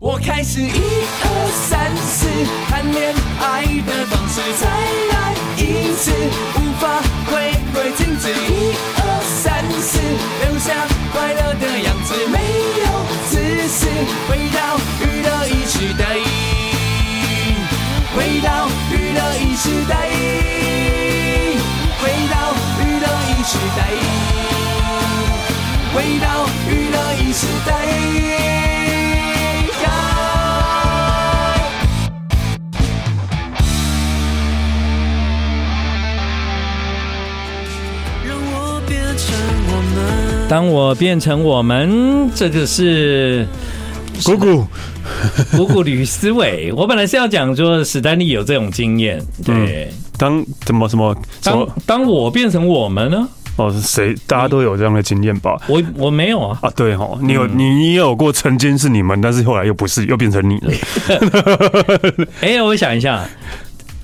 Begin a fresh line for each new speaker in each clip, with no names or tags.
我开始一二三四谈恋爱的方式，再来一次，无法回归停止。一二三四，留下快乐的样子，没有自私，回到娱乐一时代，回到娱乐一时代，回到娱乐一时代，回到娱乐一时代。让我变成我们。
当我变成我们，这就是
姑姑，
古古吕思伟。我本来是要讲说史丹利有这种经验，对。
当怎么什么什
当
么
当我变成我们呢？
哦，谁大家都有这样的经验吧？
我我没有啊，
啊，对哦，你有你你也有过曾经是你们，但是后来又不是，又变成 你了，
哎、我想一下，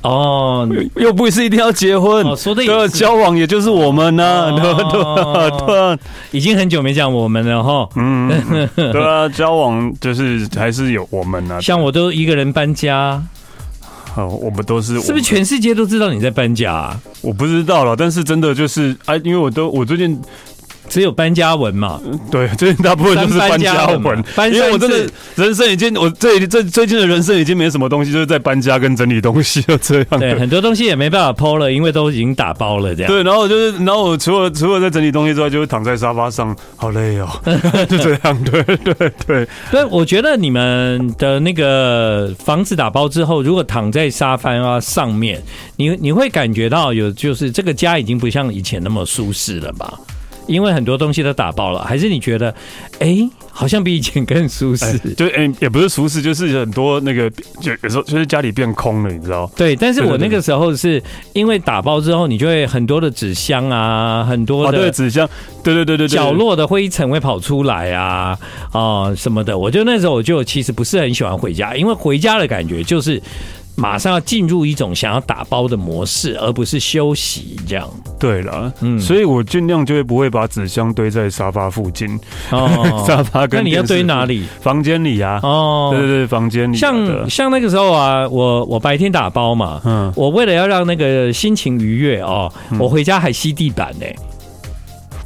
哦，
又不是一定要结婚
哦说得也
对啊
是
交往也就是我们呐，
哦
对啊对啊对啊
已经很久没讲我们了哈。
嗯， 对啊，交往就是还是有我们呐，
像我都一个人搬家，
哦我们都是
是
我
不是
们
全世界都知道你在搬家、啊？
我不知道了，但是真的就是啊，因为我都我最近
只有搬家文嘛，
对，最近大部分就是搬家
搬家了
文
嘛，搬
因为我
三次
真的人生已经我这这最近的人生已经没什么东西，就是在搬家跟整理东西就这样了。
对，很多东西也没办法剖了，因为都已经打包了这样。
对，然后就是，然后我除了除了在整理东西之外，就会躺在沙发上，好 累哦，就这样，对 对对，
对，我觉得你们的那个房子打包之后，如果躺在沙发啊上面，你你会感觉到有就是这个家已经不像以前那么舒适了吧？因为很多东西都打包了，还是你觉得，哎、好像比以前更舒适？
哎就哎、也不是舒适，就是很多那个有有时候就是家里变空了，你知道。
对，但是我
对对
那
对
个时候是因为打包之后，你就会很多的纸箱啊，很多
啊，
的、
对，纸箱，对对对对对，
角落的灰尘会跑出来啊，啊、什么的。我就那时候我就其实不是很喜欢回家，因为回家的感觉就是马上要进入一种想要打包的模式，而不是休息这样。
对了，
嗯
所以我尽量就会不会把纸箱堆在沙发附近， 沙
哦，
发跟
那你要
电视
堆哪？ 里？
房间里啊，
哦，
对对对，房间里啊
像像那个时候啊，我我白天打包嘛，
嗯
我为了要让那个心情愉悦哦，
嗯
我回家还吸地板呢、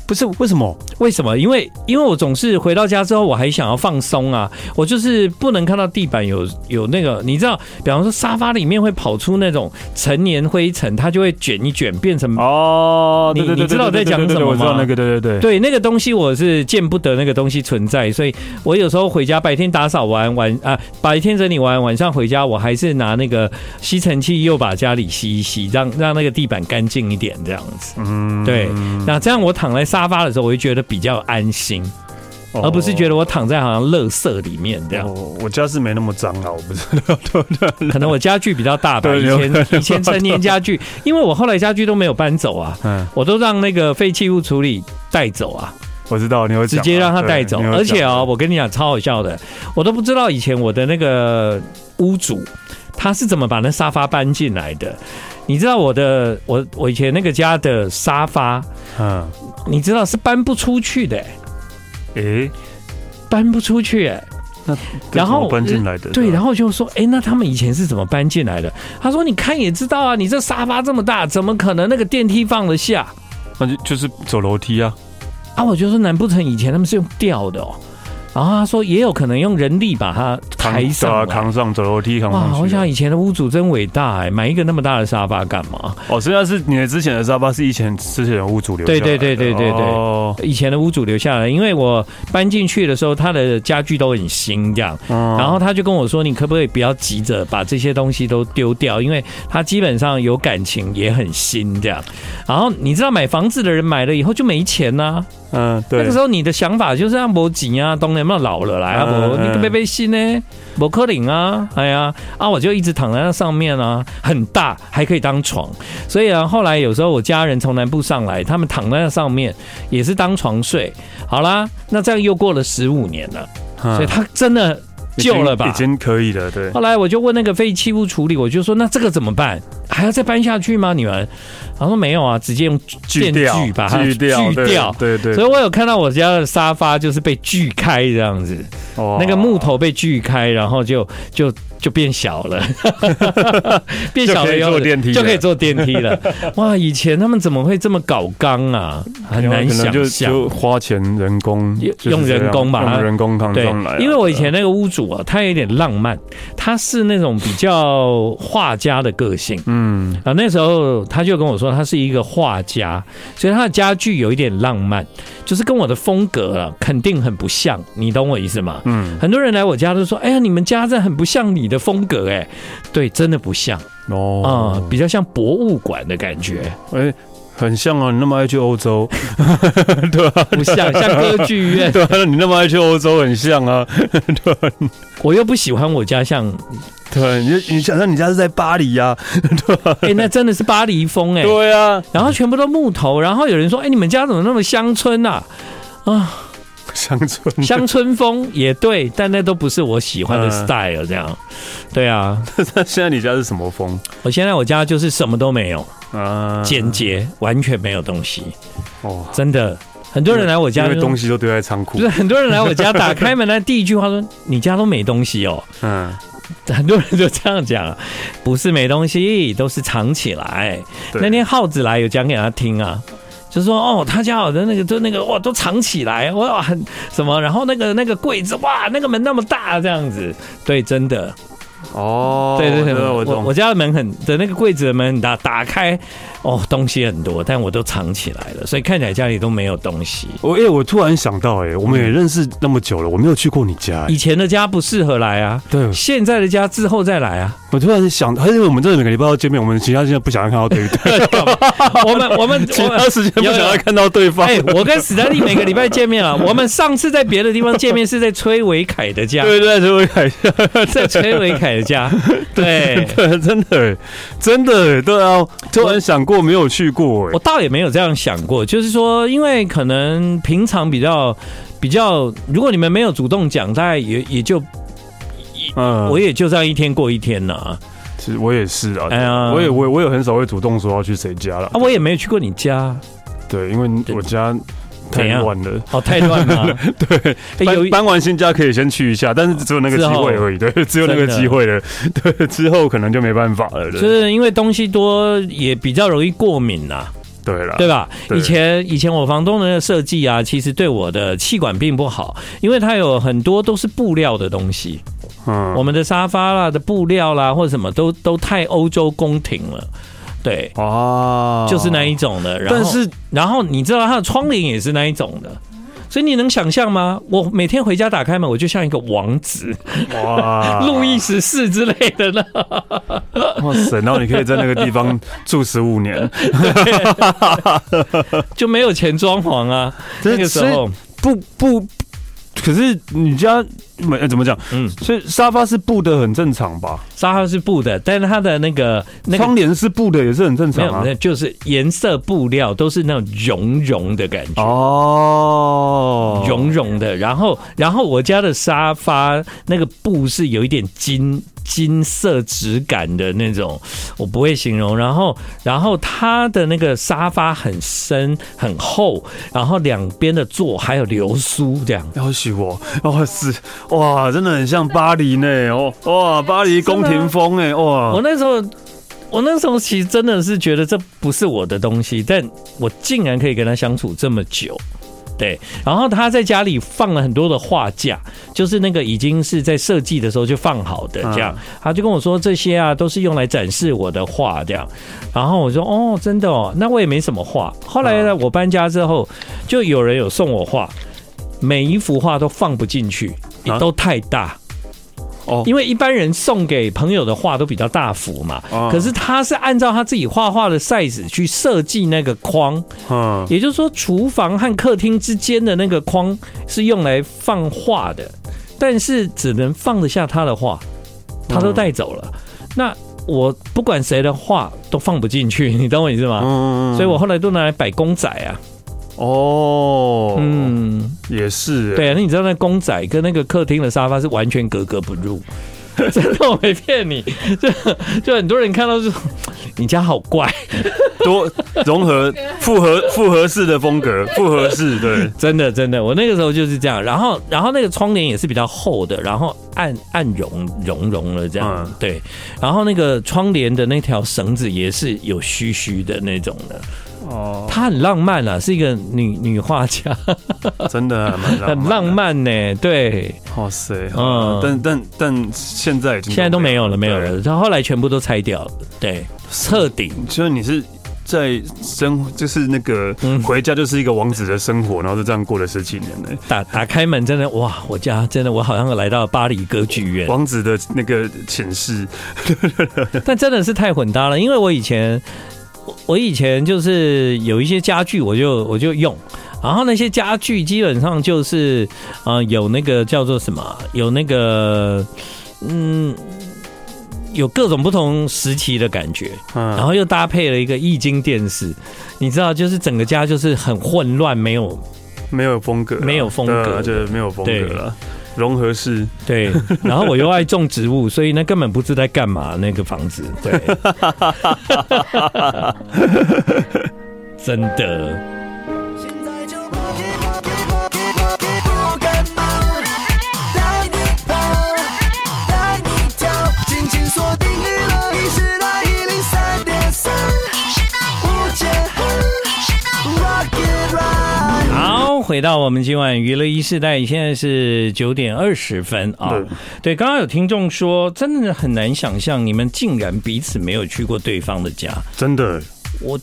不是为什么？
为什么？因为因为我总是回到家之后，我还想要放松啊，我就是不能看到地板有有那个，你知道，比方说沙发里面会跑出那种陈年灰尘，它就会卷一卷变成。
哦，
你
对对对
你知道我在
对对
讲
对
什么
我知道
吗
那个，对对对，
对那个东西，我是见不得那个东西存在，所以我有时候回家白天打扫完晚啊，白天整理完，晚上回家我还是拿那个吸尘器又把家里吸一吸， 让让那个地板干净一点这样子。
嗯
对，那这样我躺在沙发的时候，我就觉得比较安心。
哦
而不是觉得我躺在好像垃圾里面这样。
哦，我家是没那么脏啊，我不知道。对对对
可能我家具比较大吧，
对
以
有可
前以前成年家具，因为我后来家具都没有搬走啊，
嗯，
我都让那个废弃物处理带走啊，
我知道你有
直
讲啊
接让他
对
带走
你。有
而且
讲
哦，我跟你讲超好笑的，我都不知道以前我的那个屋主他是怎么把那沙发搬进来的。你知道我的我我以前那个家的沙发，
嗯，
你知道是搬不出去的、
诶，
搬不出去、欸。然后
这怎么搬进来的，
对，然
后
后就说，哎、那他们以前是怎么搬进来的？他说，你看也知道啊，你这沙发这么大，怎么可能那个电梯放得下？
那就就是走楼梯啊，
啊，我就说，难不成以前他们是用吊的哦？然后他说，也有可能用人力把它
扛
抬上
对啊
来。
扛上走楼梯扛上
哇，
去。啊
我想以前的屋主真伟大哎、买一个那么大的沙发干嘛？
哦，实际上是你的之前的沙发是以前之前的屋主留下来的，
对对对对对对
哦，
以前的屋主留下来，因为我搬进去的时候，他的家具都很新这样。
然
然后他就跟我说：“你可不可以不要急着把这些东西都丢掉？因为他基本上有感情，也很新这样。然后你知道买房子的人买了以后就没钱呐、
嗯，
那
对
个时，候你的想法就是让博紧啊，当然嘛老了来啊，
嗯
我
嗯
那个贝贝西呢，博克林啊，哎呀啊，我就一直躺在那上面啊，很大，还可以当床。所以啊，后来有时候我家人从南部上来，他们躺在那上面也是当床睡。好啦，那这样又过了十五年了，所以
嗯
他真的。”
已经
救了吧？
已经可以了，对，
后来我就问那个废弃物处理，我就说那这个怎么办？啊，还要再搬下去吗？你们？”他说：“没有啊，直接用
锯
电
掉
锯把它
锯掉，对
掉。
对对，
所以我有看到我家的沙发就是被锯开这样子，
哇
那个木头被锯开，然后就就就变小 了，变小了以后
就可以坐电梯了
就可以坐电梯 了。哇，以前他们怎么会这么搞刚啊？很难
可能
想
就
象。
就花钱人工
用，
就是这样
用人工把它
用人工扛
对
上来啊，，
因为我以前那个屋主啊，他有点浪漫，他是那种比较画家的个性
嗯，
啊。那时候他就跟我说，他是一个画家，所以他的家具有一点浪漫，就是跟我的风格啊，肯定很不像，你懂我意思吗？
嗯
很多人来我家都说：“哎呀，你们家这很不像你的风格。”哎，对，真的不像啊、
哦，
比较像博物馆的感觉，
哎，很像啊，你那么爱去欧洲，
不像像歌剧院。
对啊，你那么爱去欧洲，很像啊，
我又不喜欢我家 像，
对，啊你你想象你家是在巴黎呀，
哎，那真的是巴黎风哎。
对啊，
然后全部都木头，然后有人说：“哎，你们家怎么那么乡村啊？”啊，
乡村
乡村风 也对，但那都不是我喜欢的
嗯
style，这样。对啊，
那 现在你家是什么风
我现在我家就是什么都没有，
啊？
简洁，完全没有东西，
哦，
真的。很多人来我家
因为
就
东西都丢在仓库
不是，很多人来我家打开门来第一句话说：“你家都没东西哦。
嗯，”
很多人就这样讲，啊不是没东西，都是藏起来。
对
那天耗子来有讲给他听啊。就说哦，他家好的那个都那个哇，都藏起来哇，很什么，然后那个那个柜子哇，那个门那么大这样子，对，真的，
哦，
对对对，
我
我
懂
我，家的门很的那个柜子的门很大，打开哦，东西很多，但我都藏起来了，所以看起来家里都没有东西。
我哎、我突然想到、哎，我们也认识那么久了，我没有去过你家、哎
以前的家不适合来啊，
对，
现在的家之后再来啊。
我突然想，而且我们真的每个礼拜要见面，我们其他现在不想要看到对对，
我们我们
其
我们
他时间不想
有
要
有
看到对方。
哎、我跟史丹利每个礼拜见面啊。我们上次在别的地方见面是在崔维凯的家，
对对对，我改一下，
在崔维凯的家。对，
对，真的、哎真的、哎对啊，突然想过没有去过、
我
哎，
倒也没有这样想过，就是说，因为可能平常比较比较，如果你们没有主动讲，大概也也就。
嗯，
我
我
也就这样一天过一天了啊！
其实我也是啊，
哎呀
我也我也我也很少会主动说要去谁家了
啊，，我也没有去过你家，
对，因为我家太
怎样
乱了。
哦，太乱了。
对，
哎有
搬
一
搬完新家可以先去一下，但是只有那个机会而已，对，只有那个机会了，对，之后可能就没办法了，
就
对
是因为东西多，也比较容易过敏啦、
对了，
对吧？
啊对
以前以前我房东的那个设计啊，其实对我的气管并不好，因为它有很多都是布料的东西，
嗯，
我们的沙发啦的布料啦或者什么都都太欧洲宫廷了，对，
啊
就是那一，种的。然后
但是
然后你知道它的窗帘也是那一种的。所以你能想象吗？我每天回家打开门，我就像一个王子，
哇
路易十四之类的呢。
哇塞，然后你可以在那个地方住十五年，
就没有钱装潢啊。
这
那个时候，
不不，可是你家没呃怎么讲？
嗯，
所以沙发是布的，很正常吧？
沙发是布的，但是它的那个那个
窗帘是布的，也是很正
没
常
有，
啊
没。有，就是颜色布料都是那种绒绒的感觉。
哦，
绒绒的，然后，然后我家的沙发那个布是有一点金金色质感的那种，我不会形容。然后，然后它的那个沙发很深很厚，然后两边的座还有流苏这样。
要许我，哇哦是哇，真的很像巴黎呢，哦哇，巴黎宫廷风哎，
我
哇，
那时候，我那时候其实真的是觉得这不是我的东西，但我竟然可以跟他相处这么久。对，然后他在家里放了很多的画架，就是那个已经是在设计的时候就放好的这样。他就跟我说这些啊都是用来展示我的画这样。然后我说哦，真的哦，那我也没什么画。后来呢，我搬家之后，就有人有送我画，每一幅画都放不进去
啊，
都太大。
哦
因为一般人送给朋友的画都比较大幅嘛，
哦
可是他是按照他自己画画的 size 去设计那个框，
嗯，
也就是说，厨房和客厅之间的那个框是用来放画的，但是只能放得下他的画，他都带走了。
嗯
那我不管谁的画都放不进去，你懂我意思吗？
嗯
所以我后来都拿来摆公仔啊，
哦，嗯，
嗯，
也是，，
对啊，那你知道那公仔跟那个客厅的沙发是完全格格不入， 真的我没骗你，就就很多人看到就说你家好怪，
多融合复合复合式的风格，复合式对，
真的真的，我那个时候就是这样，然后然后那个窗帘也是比较厚的，然后暗暗绒绒绒了这样，
嗯
对，然后那个窗帘的那条绳子也是有须须的那种的，
哦，
她很浪漫啊，是一个女女画家，
真的还蛮浪漫
很
的
浪，漫呢、对，
哇塞，
嗯
嗯，但但但现在已经
现在都没有嗯了，没有
对
了，然后后来全部都拆掉了，对，彻底。
就是你是在生，就是那个
嗯
回家就是一个王子的生活，然后就这样过了十几年呢。
打打开门，真的哇！我家真的，我好像来到巴黎歌剧院，
王子的那个寝室，
但真的是太混搭了。因为我以前，我我以前就是有一些家具，我就我就用，然后那些家具基本上就是，呃，有那个叫做什么，啊有那个，嗯，有各种不同时期的感觉，
嗯，
然后又搭配了一个液晶电视，你知道，就是整个家就是很混乱，没有
没有风格啦，
没有风格
对啊就是没有风格了。融合式，
对，然后我又爱种植物，所以那根本不知在干嘛那个房子，对，真的，
现在就跑，不感冒，带你跑，带你跳，紧紧锁定娱乐一时代一零三点三，无界恨，Rock it right。
好，回到我们今晚娱乐一世代，现在是九点二十分啊、
对
对，刚刚有听众说，真的很难想象你们竟然彼此没有去过对方的家，
真的
我。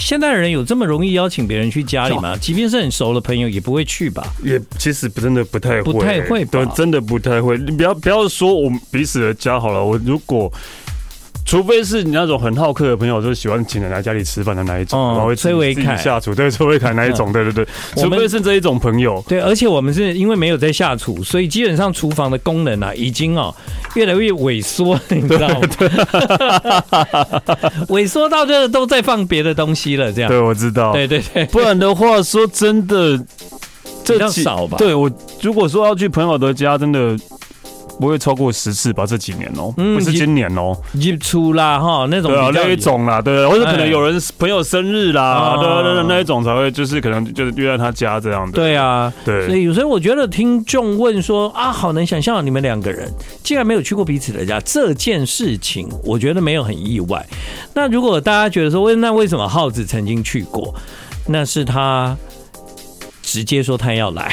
现代人有这么容易邀请别人去家里吗？即便是很熟的朋友，也不会去吧？
也其实不真的不太会，
不太会吧
对，真的不太会。你不要不要说我们彼此的家好了，我如果。除非是你那种很好客的朋友，就喜欢请人来家里吃饭的那一种，
哦
然后会自己
崔维
自己
凯嗯
下厨，对崔维凯那一种，对对对。
我
除
们
非是这一种朋友，
对，而且我们是因为没有在下厨，所以基本上厨房的功能啊，已经哦越来越萎缩，你知道吗？ 萎缩到这都在放别的东西了，这样。
对我哦知道，
嗯对对对，
不然的话，说真的，
比较
几
少吧
对我如果说要去朋友的家，真的不会超过十次吧？这几年哦、
嗯
不是今年哦、
日出啦哈那种
对啊，
比较
那一种啦，对，或者可
哎
能有人朋友生日啦，
哦
对啊对对，那一种才会就是可能就是约在他家这样的，
对啊。所
对，
以，所以我觉得听众问说啊，好难想象你们两个人竟然没有去过彼此的家这件事情，我觉得没有很意外。那如果大家觉得说，喂，哎那为什么耗子曾经去过？ 那是他直接说他要来，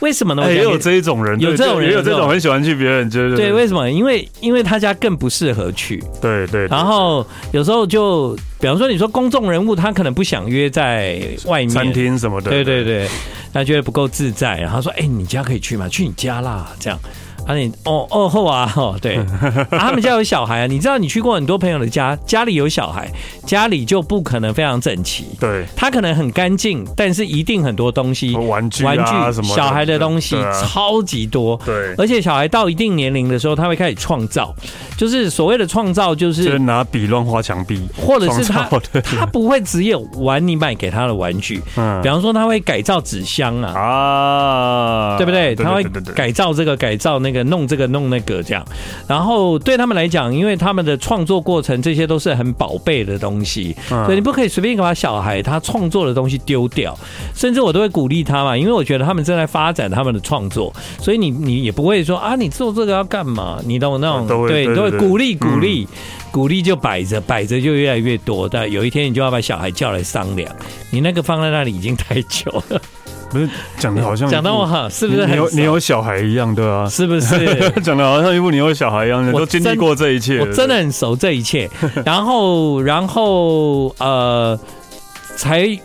为什么呢？我
哎
讲
也
给
有
你
这一种人，
有
对
这种人
也有
有这
这
种
种很喜欢去别人家，
对，为什么？因为因为他家更不适合去，
对对，
然后有时候就，比方说你说公众人物，他可能不想约在外面
餐厅什么的，
对对对，他觉得不够自在，然后说：“哎、你家可以去吗？去你家啦。”这样，啊你哦哦后啊哦 对，啊他们家有小孩啊，你知道你去过很多朋友的家，家里有小孩，家里就不可能非常整齐，
对。
他可能很干净，但是一定很多东西，
玩具啊什么的
小孩的东西
对啊
超级多。
对
而且小孩到一定年龄的时候，他会开始创造，就是所谓的创造，就
就是
是
拿笔乱画墙壁，
或者是他
创造的
他不会只有玩你买给他的玩具，
嗯
比方说他会改造纸箱啊，
啊，
对不对？他会
对对
改造这个，改造那个，弄这个，弄那个，这样。然后对他们来讲，因为他们的创作过程，这些都是很宝贝的东西，
嗯
所以你不可以随便把小孩他创作的东西丢掉。甚至我都会鼓励他嘛，因为我觉得他们正在发展他们的创作，所以你你也不会说啊，你做这个要干嘛？你懂我那种
嗯都会
对，
对
你都会
对
鼓励鼓
嗯
励。鼓励就摆着，摆着就越来越多。但有一天你就要把小孩叫来商量，你那个放在那里已经太久了。
不是讲的好像
讲到我哈，是不是
你
很
你有
熟
你有小孩一样，对啊，？
是不是
讲的好像一副你有小孩一样，你
我
都经历
真
过这一切
我
了。
真的很熟这一 切，然后，然后，呃，才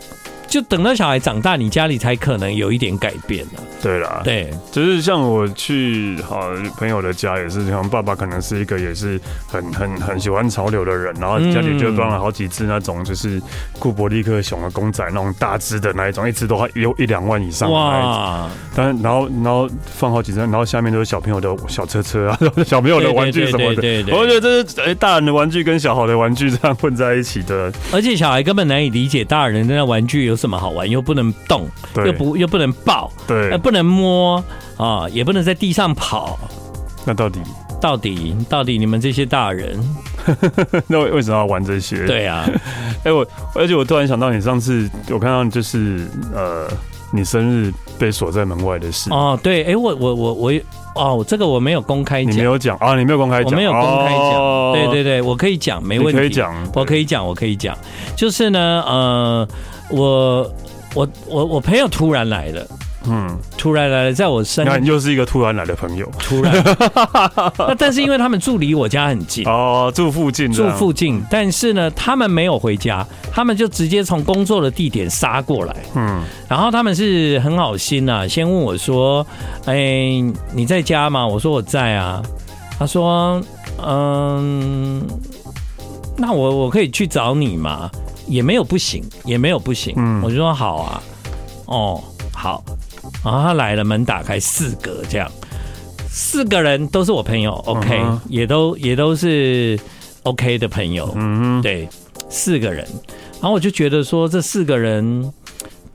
就等到小孩长大，你家里才可能有一点改变了。
对啦，
对，
就是像我去好朋友的家也是，像爸爸可能是一个也是很很很喜欢潮流的人，然后家里就装了好几只那种就是库伯利克熊的公仔，那种大只的那一种，一只都还有一两万以上的那一种。
哇，
但然后然后放好几张，然后下面都是小朋友的小车车啊，小朋友的玩具什
对对
么
对对
的。
对
我觉得这是哎，大人的玩具跟小孩的玩具这样混在一起的，
而且小孩根本难以理解大人的那玩具有什什么好玩，又不能动，
对
又不又不能抱，呃，
对，
不能摸啊，也不能在地上跑。
那到底
到底到底你们这些大人，
那为什么要玩这些？，
对啊，
哎、我而且我突然想到，你上次我看到就是呃，你生日被锁在门外的事，
哦对，哎、我我我我哦，这个我没有公开
你没
讲，
有讲啊，你没有公开讲，
我没有公开讲，
哦
对对对，我可以讲，没问题，
你可以讲，
我可以讲，我可以讲，就是呢，呃，我我我我朋友突然来了，
嗯，
突然来了，在我身
你看又是一个突然来的朋友
突 然，那但是因为他们住离我家很近。
哦，住附近这
住
样，
附近，但是呢，他们没有回家，他们就直接从工作的地点杀过来。
嗯，
然后他们是很好心啊，先问我说：“哎、你在家吗？”我说：“我在啊。”他说：“嗯，那我我可以去找你吗？”也没有不行，也没有不行。
嗯
我就说：“好啊，哦，好。”然后他来了，门打开，四个这样，四个人都是我朋友，OK，、
嗯哼
也都也都是 OK 的朋友，
嗯哼，
对，四个人。然后我就觉得说，这四个人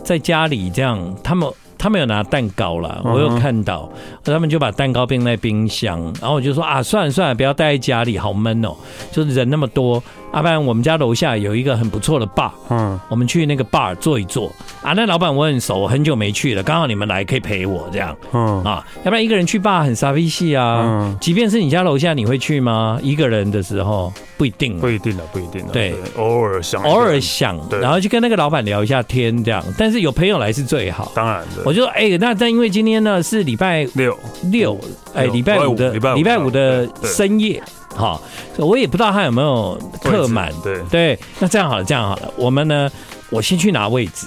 在家里这样，他们他们有拿蛋糕啦，
嗯哼
我有看到，他们就把蛋糕冰在冰箱。然后我就说啊，算了算了，不要待在家里，好闷哦，就是人那么多。啊，不然我们家楼下有一个很不错的 bar，
嗯，
我们去那个 bar 坐一坐。啊，那老板我很熟，我很久没去了，刚好你们来可以陪我这样
嗯，
啊，要不然一个人去 bar 很傻逼戏啊。
嗯
即便是你家楼下，你会去吗？一个人的时候不一定啊，
不一定的，不一定的，
对，
偶尔想，
偶尔，想，
对
然后去跟那个老板聊一下天，这样。但是有朋友来是最好。
当然的，
我就说，哎、那但因为今天呢是礼拜
六，
六，哎、
六
礼拜五的
礼拜五
礼拜五的
对对
深夜，哈，我也不知道他有没有客满。
对，
对，那这样好了，这样好了，我们呢，我先去拿位置，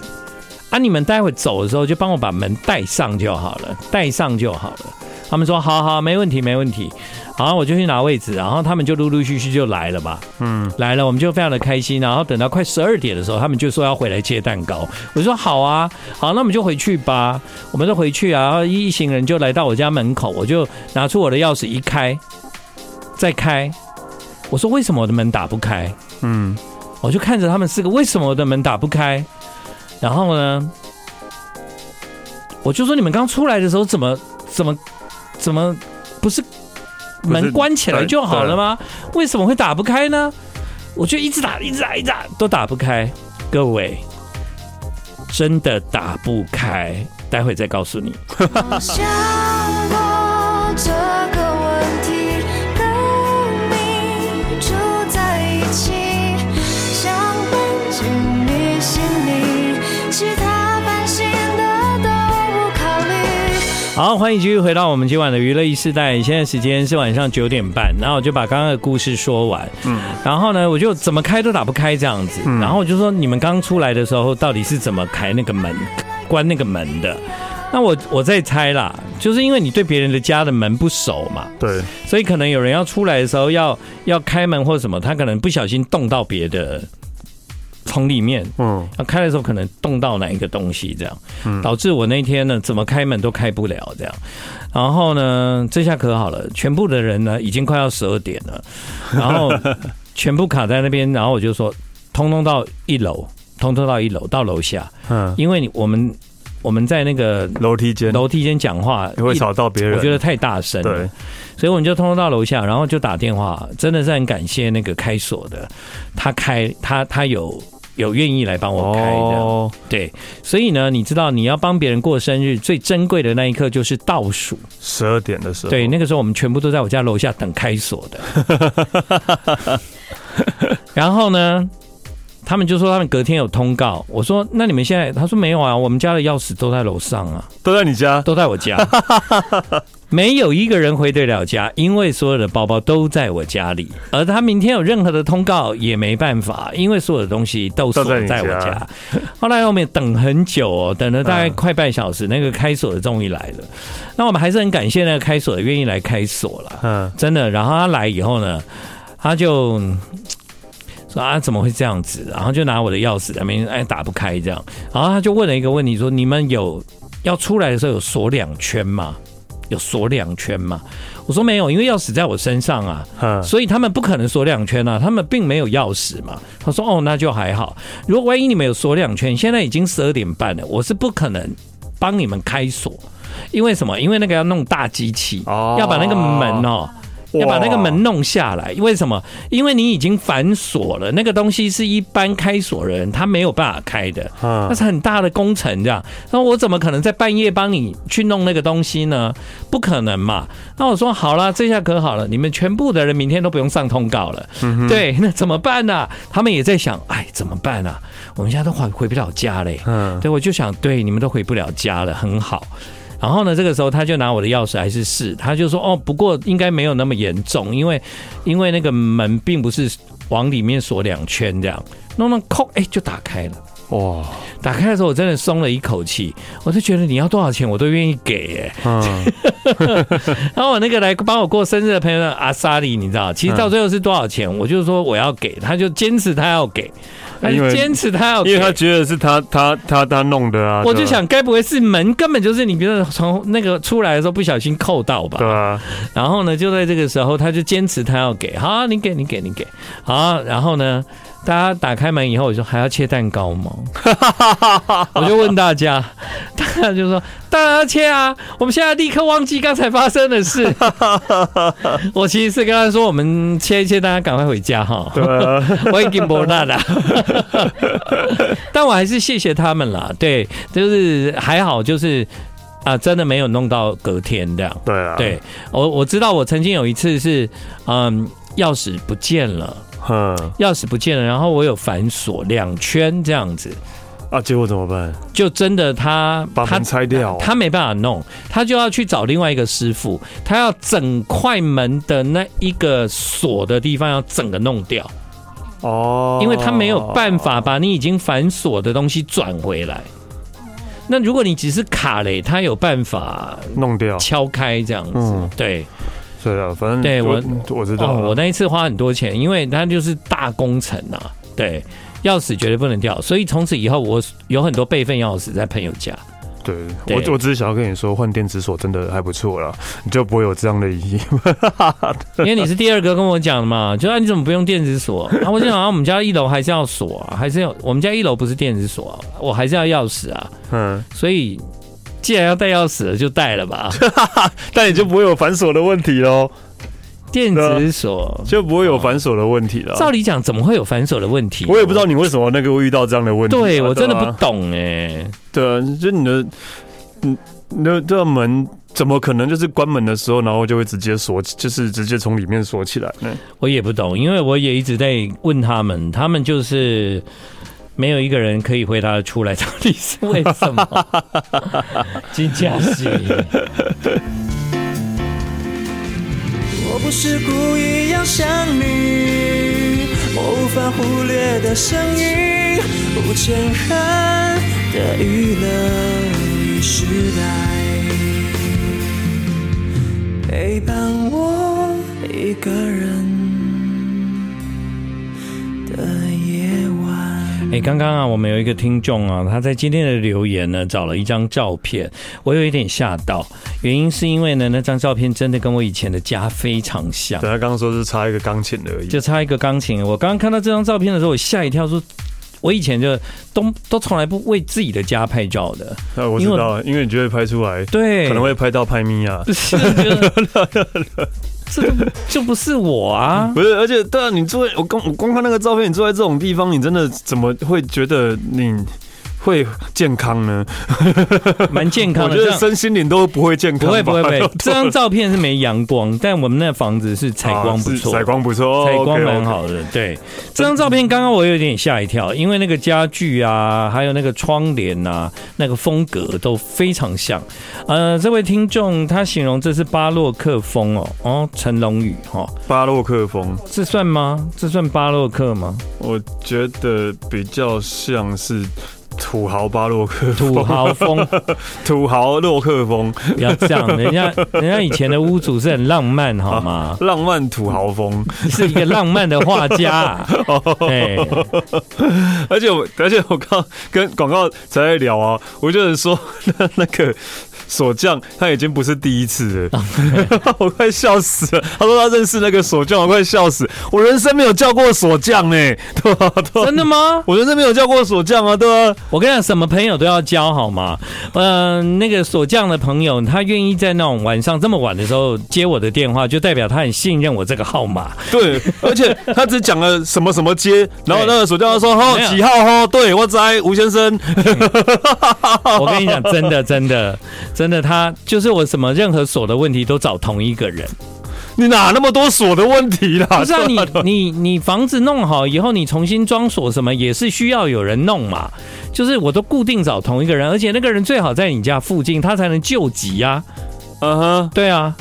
啊，你们待会走的时候就帮我把门带上就好了，带上就好了。他们说好好，没问题，没问题。好，我就去拿位置，然后他们就陆陆续续就来了吧。
嗯，
来了，我们就非常的开心。然后等到快十二点的时候，他们就说要回来切蛋糕。我说好啊，好，那我们就回去吧。我们就回去啊，然后一行人就来到我家门口，我就拿出我的钥匙一开，再开。我说为什么我的门打不开？
嗯，
我就看着他们四个，为什么我的门打不开？然后呢，我就说你们刚出来的时候怎么怎么怎么不是
是
门关起来就好了吗？为什么会打不开呢？我就一直打，一直打，一直打，都打不开。各位，真的打不开，待会再告诉你。
想过这个问题，能你住在一起，想搬进你心里，其他烦心的都不考虑。
好，欢迎继续回到我们今晚的娱乐一世代。现在时间是晚上九点半，然后我就把刚刚的故事说完。嗯，然后呢，我就怎么开都打不开这样子。然后我就说，你们刚出来的时候到底是怎么开那个门、关那个门的？那我我在猜啦，就是因为你对别人的家的门不熟嘛，
对，
所以可能有人要出来的时候要要开门或什么，他可能不小心动到别的从里面，
嗯，
那开的时候可能动到哪一个东西，这样，导致我那天呢怎么开门都开不了，这样。然后呢，这下可好了，全部的人呢已经快要十二点了，然 后全部卡在那边，然后我就说，通通到一楼，通通到一楼，到楼下，
嗯，
因为你我们我们在那个
楼梯间
楼梯间讲话，
会
一
吵到别人，
我觉得太大声了
对，，
所以我们就通通到楼下，然后就打电话，真的是很感谢那个开锁的，他开他他有有愿意来帮我开的，
哦，
对，所以呢，你知道你要帮别人过生日最珍贵的那一刻就是倒数，
十二点的时候，
对，那个时候我们全部都在我家楼下等开锁的，然后呢。他们就说他们隔天有通告，我说那你们现在，他说没有啊，我们家的钥匙都在楼上啊。
都在你家，
都在我 家，没有一个人回得了家，因为所有的包包都在我家里，而他明天有任何的通告也没办法，因为所有的东西都锁
都在你
在我
家嗯
家。后来我们也等很久哦，等了大概快半小时，那个开锁的终于来了。那我们还是很感谢那个开锁的愿意来开锁了。
嗯，
真的。然后他来以后呢，他就嗯说啊怎么会这样子？然后就拿我的钥匙在那边哎打不开这样。然后他就问了一个问题说：你们有要出来的时候有锁两圈吗？有锁两圈吗？我说没有，因为钥匙在我身上啊，
嗯
所以他们不可能锁两圈啊，他们并没有钥匙嘛。他说哦，那就还好。如果万一你们有锁两圈，现在已经十二点半了，我是不可能帮你们开锁，因为什么？因为那个要弄大机器，
哦
要把那个门哦。
哇
要把那个门弄下来，为什么？因为你已经反锁了，那个东西是一般开锁人他没有办法开的，
嗯
那是很大的工程，这样。那我怎么可能在半夜帮你去弄那个东西呢？不可能嘛。那我说好了，这下可好了，你们全部的人明天都不用上通告了。
嗯
对，那怎么办呢、他们也在想，哎，怎么办啊？我们现在都回回不了家嘞。
嗯
对，我就想，对，你们都回不了家了，很好。然后呢，这个时候他就拿我的钥匙还是试，他就说哦，不过应该没有那么严重，因为因为那个门并不是往里面锁两圈这样，弄弄扣，哎，就打开了。
哇，
打开的时候，我真的松了一口气，我就觉得你要多少钱我都愿意给耶、
嗯
然后我那个来帮我过生日的朋友呢阿萨里，你知道，其实到最后是多少钱，我就说我要给，他就坚持他要给，他
因
就
为
坚持他要给，
因为他觉得是他他他他弄的啊，
我就
对啊，
想，该不会是门根本就是你，比如说从那个出来的时候不小心扣到吧？
对啊，
然后呢，就在这个时候，他就坚持他要给，好、你给你给你给，好、然后呢，大家打开门以后，我说还要切蛋糕吗？我就问大家，大家就说当然要切啊，我们现在立刻忘记刚才发生的事。我其实是跟他说，我们切一切，大家赶快回家哈。
对啊，
我已经不大了，但我还是谢谢他们啦。对，就是还好，就是啊，真的没有弄到隔天这样。
对啊，，
对我我知道，我曾经有一次是，嗯，钥匙不见了，
嗯
钥匙不见了，然后我有反锁两圈这样子，
啊，结果怎么办？
就真的他
把门拆掉啊
他没办法弄，他就要去找另外一个师傅，他要整块门的那一个锁的地方要整个弄掉。
哦，
因为他没有办法把你已经反锁的东西转回来。那如果你只是卡嘞，他有办法
弄掉，
敲开这样子。
嗯
对，
对啊，反正
对我
我知道啊
哦，我
了，
那一次花很多钱，因为它就是大工程啊。对，钥匙绝对不能掉，所以从此以后我有很多备份钥匙在朋友 家。
对
对
我我只是想要跟你说，换电子锁真的还不错啦，你就不会有这样的疑 义。
因为你是第二个跟我讲的嘛，就啊你怎么不用电子锁？啊，我就想啊，我们家一楼还是要锁、啊，还是要我们家一楼不是电子锁啊、我还是要钥匙啊。
嗯，
所以既然要带钥匙了，就带了 吧。
但你就不会有反锁的问题喽，
电子 锁，
就不会有反锁的问题了。
照理讲怎么会有反锁的问题？
啊我也不知道。你为什么那个会遇到这样的问题啊、
对我真的
啊
不懂哎、
对啊，就你的，嗯，那这门怎么可能就是关门的时候，然后就会直接锁，就是直接从里面锁起来呢？
我也不懂，因为我也一直在问他们，他们就是没有一个人可以回答得出来，到底是为什么？金假是
我不是故意要想你，我无法忽略的声音，不承认的娱乐与时代，陪伴我一个人的夜晚。
哎，刚刚啊，我们有一个听众啊，他在今天的留言呢，找了一张照片，我有一点吓到，原因是因为呢，那张照片真的跟我以前的家非常像。
对他刚刚说是插一个钢琴而已，
就差一个钢琴。我刚刚看到这张照片的时候，我吓一跳，说。我以前就都都从来不为自己的家拍照的，
啊、我知
因为
道，因为你就会拍出来，
对，
可能会拍啊到派米亚。
不是，就是这就就不是我啊，
不是，而且对啊，你坐在我光我光看那个照片，你坐在这种地方，你真的怎么会觉得你会健康呢？
蛮健康
我
的。
觉
这
得
样
身心灵都不会健康吧，
不会不会不
都
会，这张
都
照片是没阳光，但我们那房子是采光不错，
啊是采光不错，
采光
OK，OK
蛮。好的。对，这张照片刚刚我有点吓一跳，因为那个家具啊，还有那个窗帘啊，那个风格都非常像。呃，这位听众他形容这是巴洛克风哦，哦，成龙语哦，
巴洛克风，
这算吗？这算巴洛克吗？
我觉得比较像是土豪巴洛克 风
土豪风，
土豪洛克风，
不要这样，人家 人家以前的屋主是很浪漫好吗？
浪漫土豪风。
是一个浪漫的画家，啊哎对，
而且我，而且我刚跟广告才在聊啊，我就是说那那个锁匠他已经不是第一次了， 我快笑死了。他说他认识那个锁匠，我快笑死。我人生没有叫过锁匠呢、对吧、对啊
真的吗？
我人生没有叫过锁匠啊，对吧、
我跟你讲，什么朋友都要交好吗？嗯、那个锁匠的朋友，他愿意在那种晚上这么晚的时候接我的电话，就代表他很信任我这个号码。
对，而且他只讲了什么什么街，然后那个锁匠他说：“吼
没有
几号吼？”对我在吴先生，
我跟你讲，真的，真的，真的，他就是我什么任何锁的问题都找同一个人。
你哪那么多锁的问题啦？
不是啊，
对
你
吧
你你房子弄好以后，你重新装锁什么也是需要有人弄嘛。就是我都固定找同一个人，而且那个人最好在你家附近，他才能救急啊。
嗯哼。
对啊，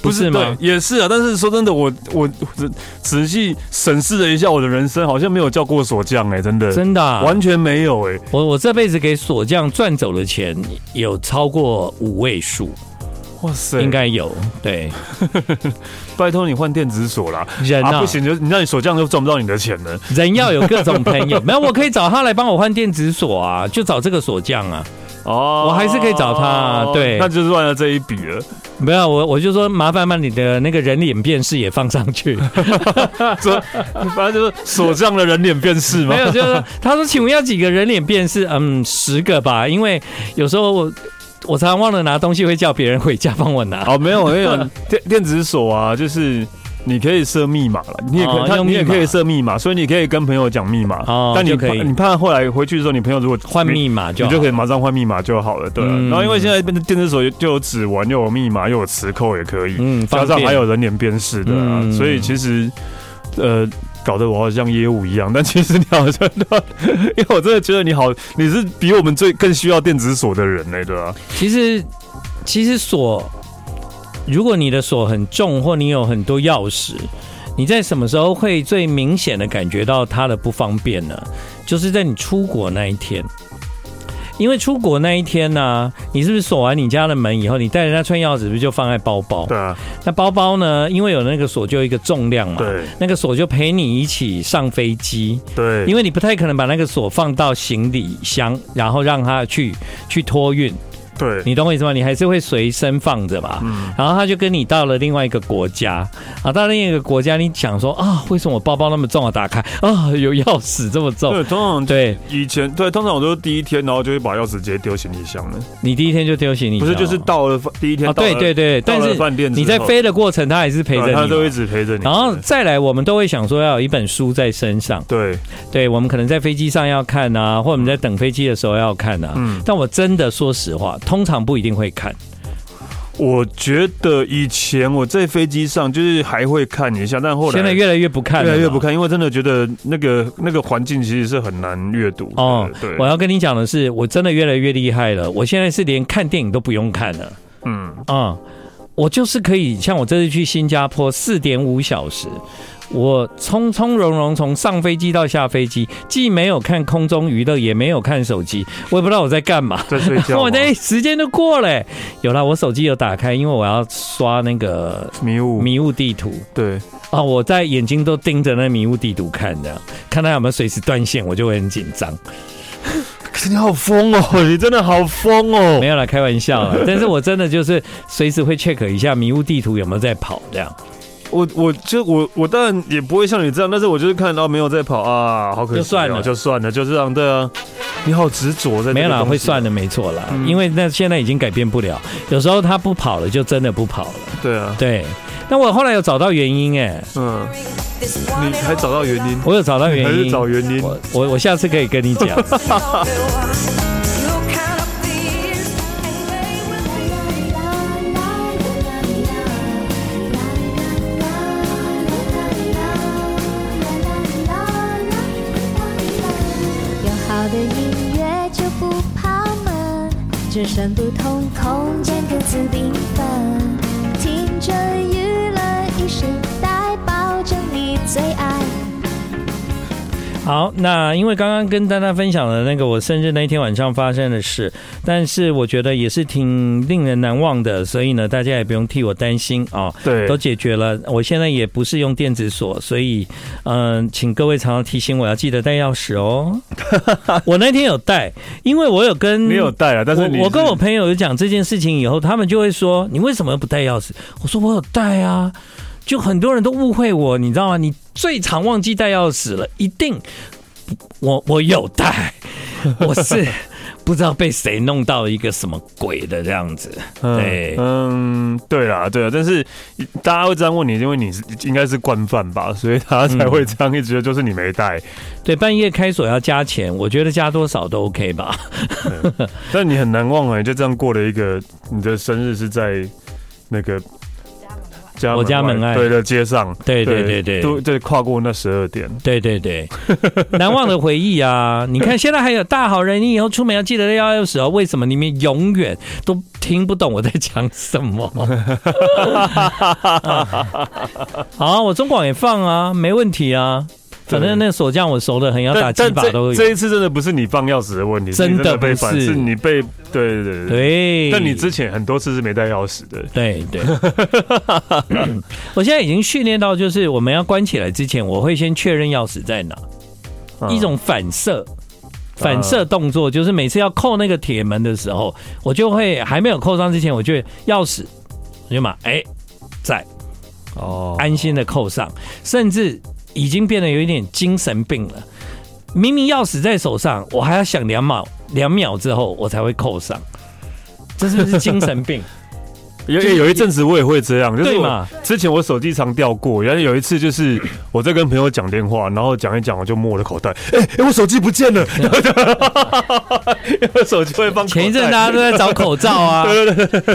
不是吗？
对也是啊。但是说真的，我我我仔细审视了一下我的人生，好像没有叫过锁匠哎、真的，
真的啊、
完全没有哎、
我我这辈子给锁匠赚走的钱有超过五位数，
哇塞，
应该有。对，
拜托你换电子锁啦。
人啊
啊，不行，就你让你锁匠就赚不到你的钱了。
人要有各种朋 友，没有我可以找他来帮我换电子锁啊，就找这个锁匠啊。
哦
我还是可以找他对
那就赚了这一笔了。
没有我我就说麻烦把你的那个人脸辨识也放上去。
这反正就是锁匠的人脸辨识嘛
没。有，就是 说他说，请问要几个人脸辨识？嗯，十个吧，因为有时候我我常常忘了拿东西，会叫别人回家帮我拿。
哦，没有没有，电电子锁啊，就是。你可以设密码了，你也可
哦
以，他
用
你也
密码
可以设密码，所以你可以跟朋友讲密码。
哦
但你
就可
怕
以
你怕后来回去的时候，你朋友如果
换密码就
你
好
就可以马上换密码就好了，对啊、
嗯
然后因为现在电子锁又有指纹，又有密码，又有磁扣也可以，
嗯
加
方
上
便
还有人脸辨识的、啊，
嗯
所以其实呃。搞得我好像业务一样， 但其实你好像，因为我真的觉得你好，你是比我们最更需要电子锁的人类，对啊吧、
其实其实锁，如果你的锁很重，或你有很多钥匙，你在什么时候会最明显的感觉到它的不方便呢？就是在你出国那一天。因为出国那一天呢、你是不是锁完你家的门以后，你带人家串钥匙，不是就放在包包？
对啊，
那包包呢？因为有那个锁，就有一个重量嘛。
对
那个锁就陪你一起上飞机，
对，
因为你不太可能把那个锁放到行李箱，然后让它去去托运，
对，
你懂我意思吗？你还是会随身放着吧。
嗯
然后他就跟你到了另外一个国家，啊，到另一个国家，你想说啊，为什么我包包那么重啊？打开啊，有钥匙这么重
对，。通常
对
以前对，通常我都是第一天，然后就会把钥匙直接丢行李箱了，
你第一天就丢行李
不
箱
是
了，
就是到了饭第一天
啊，
到了、
对对对，
到
但
了
是
饭店之
你在
后
飞的过程，他还是陪着
对
你嘛，
他都一直陪着你，
然后再来，我们都会想说要有一本书在身上，
对，
对我们可能在飞机上要看啊，或者我们在等飞机的时候要看啊。
嗯
但我真的说实话，通常不一定会看。
我觉得以前我在飞机上就是还会看一下，但后来
现在越来越不看了
越
嘛，
来越不看，因为真的觉得那个那个环境其实是很难阅读的。
哦
对，
我要跟你讲的是，我真的越来越厉害了。我现在是连看电影都不用看了
嗯，
啊、我就是可以像我这次去新加坡四点五小时，我从从容容从上飞机到下飞机，既没有看空中娱乐，也没有看手机，我也不知道我在干嘛。
在睡觉吗。
我的、哎时间都过了、哎有啦，我手机有打开，因为我要刷那个
迷雾，
迷雾地图
对，
啊、我在眼睛都盯着那迷雾地图看的，看它有没有随时断线，我就会很紧张。
哦可是你好疯哦，你真的好疯哦
没。有啦，开玩笑啦，但是我真的就是随时会 check 一下迷雾地图有没有在跑，这样
我我就我我当然也不会像你这样，但是我就是看到没有在跑啊，好可惜、哦，
就算了
就算了，就这样，对啊。你好执着在
没有啦，
了
会算的
的，
没错啦，
啊嗯
因为那现在已经改变不了，有时候它不跑了就真的不跑了，
对啊，
对。但我后来有找到原因、 哎，
嗯，你还找到原因，
我有找到原
还是
因，
找原因？嗯
我我我下次可以跟你 讲。
有好的音乐就不怕闷，只身不同，空间各自缤纷。听着娱乐一时代，保证你最爱。
好，那因为刚刚跟大家分享了那个我生日那一天晚上发生的事，但是我觉得也是挺令人难忘的，所以呢，大家也不用替我担心啊、
对
都解决了。我现在也不是用电子锁，所以嗯、请各位常常提醒我要记得带钥匙 哦。我那天有带，因为我有跟
没有带啊，但是你
我我跟
是
我朋友有讲这件事情以后，他们就会说你为什么不带钥匙？我说我有带啊，就很多人都误会我，你知道吗？你最常忘记带钥匙了，一定我我有 带，我是不知道被谁弄到一个什么鬼的这样子，
嗯
对。
嗯，对啦，对啊，但是大家会这样问你，因为你是应该是惯犯吧，所以他才
嗯
会这样一直觉得就是你没带，
对，半夜开锁要加钱，我觉得加多少都 OK 吧。
但你很难忘哎、就这样过了一个你的生日是在那个家
我家门外
对的街上，
对对对对
都对跨过那十二点，
对对 对，难忘的回忆啊！你看现在还有大好人，你以后出门要记得要钥匙哦。为什么你们永远都听不懂我在讲什么？ 好啊，我中广也放啊，没问题啊。反正那锁匠我熟的很，要打
但
几
但
把都
这这
有。
一次真的不是你放钥匙的问题，
真的
是你被反，
不是
是你被对对对。
对，
但你之前很多次是没带钥匙的，
对对，我现在已经训练到，就是我们要关起来之前，我会先确认钥匙在哪。
嗯
一种反射。反射动作就是每次要扣那个铁门的时候，我就会还没有扣上之前，我就会钥匙，我就嘛哎、在
哦
安心的扣上，甚至已经变得有一点精神病了。明明钥匙在手上，我还要想两秒，两秒之后我才会扣上，这是不是精神病？
有有一阵子我也会这样，就是
对
我
嘛
之前我手机常掉过，然后有一次就是我在跟朋友讲电话，然后讲一讲我就摸我的口袋，哎、哎我手机不 见了， 然后就因为手机会放口袋
前一阵大家都在找口罩 啊，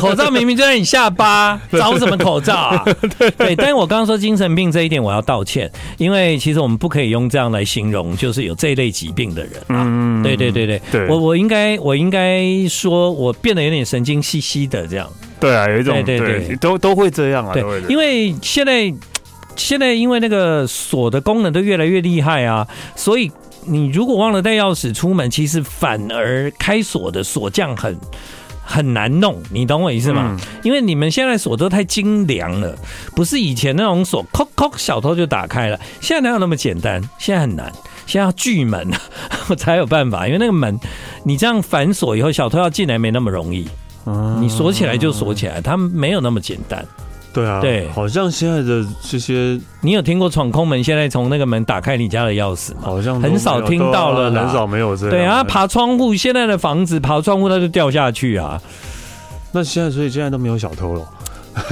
口罩明明就在你下巴，找什么口罩啊？ 对，但是我刚刚说精神病这一点，我要道歉，因为其实我们不可以用这样来形容，就是有这一类疾病的人
嗯
啊。对对对对，
对
我我应该我应该说，我变得有点神经兮兮的这样。
对啊，有一种
对对对
都都会这样啊，
对
都会这，样
因为现在现在因为那个锁的功能都越来越厉害啊，所以你如果忘了带钥匙出门，其实反而开锁的锁匠很。很难弄，你懂我意思吗？
嗯
因为你们现在锁都太精良了，不是以前那种锁，扣扣小偷就打开了。现在哪有那么简单？现在很难，现在要锯门 我才有办法。因为那个门，你这样反锁以后，小偷要进来没那么容易。
啊
你锁起来就锁起来，它没有那么简单。
对啊，
对
好像现在的这些
你有听过闯空门？现在从那个门打开你家的钥匙吗？
好像都没有
很少听到了
对
啦
啊很少没有这样。
对啊，爬窗户，现在的房子爬窗户它就掉下去啊。
那现在所以现在都没有小偷了。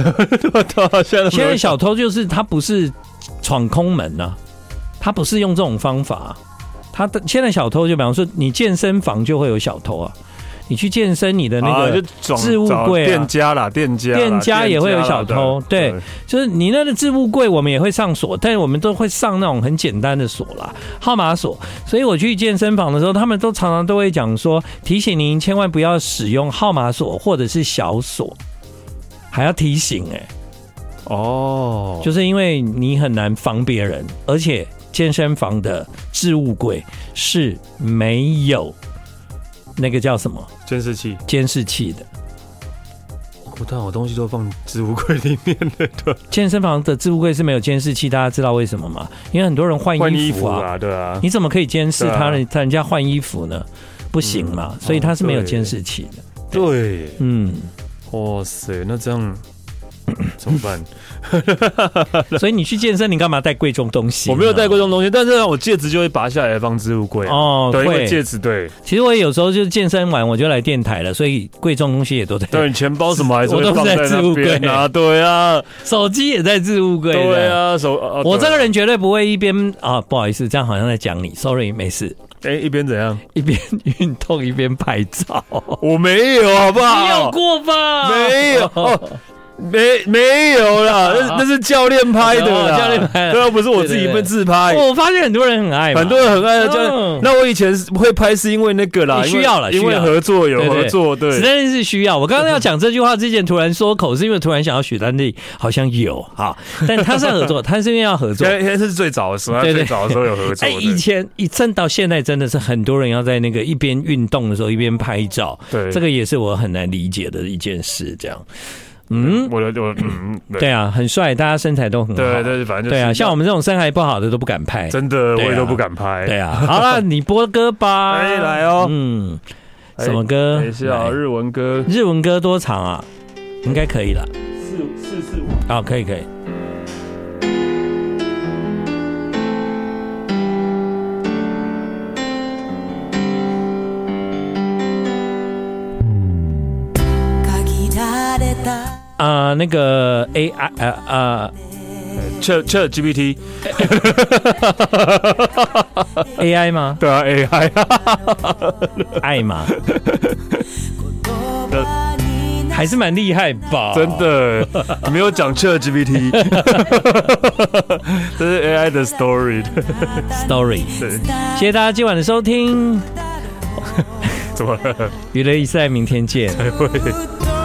对啊，现在都没
现
有
在小偷就是他不是闯空门啊，他不是用这种方法、啊他的现在小偷就比方说，你健身房就会有小偷啊，你去健身你的那
啊
个、
就找
置物柜啊
找店家啦，店家啦
店家也会有
店家啦
小偷对就是你那个置物柜，我们也会上锁，但是我们都会上那种很简单的锁啦，号码锁。所以我去健身房的时候，他们都常常都会讲说，提醒您千万不要使用号码锁或者是小锁，还要提醒哎、
哦，
就是因为你很难防别人，而且健身房的置物柜是没有那个叫什么
监视器。
监视器的。
我但我东西都放置物柜里面 的，对，
健身房的置物柜是没有监视器，大家知道为什么吗？因为很多人换
换
衣
衣
服
服
啊，
啊，对啊，嗯哦
你怎么可以监视他
对
人、他人家换衣服呢？不行嘛，所以他是没有监视器的。
对，
嗯，
哇塞，那这 样怎么办？
所以你去健身，你干嘛带贵重东西？
我没有带过这种东西，但是我戒指就会拔下来放置物柜。啊
哦，
对，因为戒
会。
指，对，
其实我有时候就健身完我就来电台了，所以贵重东西也都在，
对，你钱包什么还是
我
会
都不
放
在
在
置物
那边
柜
啊，对啊，
手机也在置物柜。
对。啊，手，啊
我这个，
对
人绝对不会一边啊，不好意思，这样好像在讲你，sorry，没事，
哎，一边怎样？
一边运动一边拍照，
我没有，好不
你有
好？
过吧？
没有，哦没没有啦，那是那是教练拍的
啊哦
啦，
教练拍的
对啊，不是我自己
对对对
被自拍。
我发现很多人很爱嘛，
哎很多人很爱教
嗯
练，那我以前是会拍是因为那个啦，
需
因为
要啦
因
需
为
要
合作有合作，
史
对，
丹利是需要。我刚刚要讲这句话之前，突然说口，是因为突然想到许丹利好像有哈，但他是合作，他是因为要合 作。
现在是最早的时候，
对对
最早的时候有合作
哎，
的，
以前一真到现在，真的是很多人要在那个一边运动的时候一边拍照，
对
这个也是我很难理解的一件事。这样，嗯，
我的我嗯，
对啊，很帅，大家身材都很好，
对对，反正就是
对啊，像我们这种身材不好的都不敢拍，
真的我
对啊
也都不敢拍，
对啊。好了，你播歌吧，
哎来哦
嗯，
哎
什么歌？
等一下
来
日文歌
日文歌多长啊？应该可以了。
四四四五。
好，可以可以。
限られ た
啊、那个 AI 呃呃
Chat Chat GPT，
AI 吗？
对啊 AI，
爱吗？
言葉にな
还是蛮厉害吧？
真的你没有讲 Chat GPT，这是 AI 的 story，
story。
对，
谢谢大家今晚的收听，
怎么了？
娱乐一赛，明天见。
会。
ると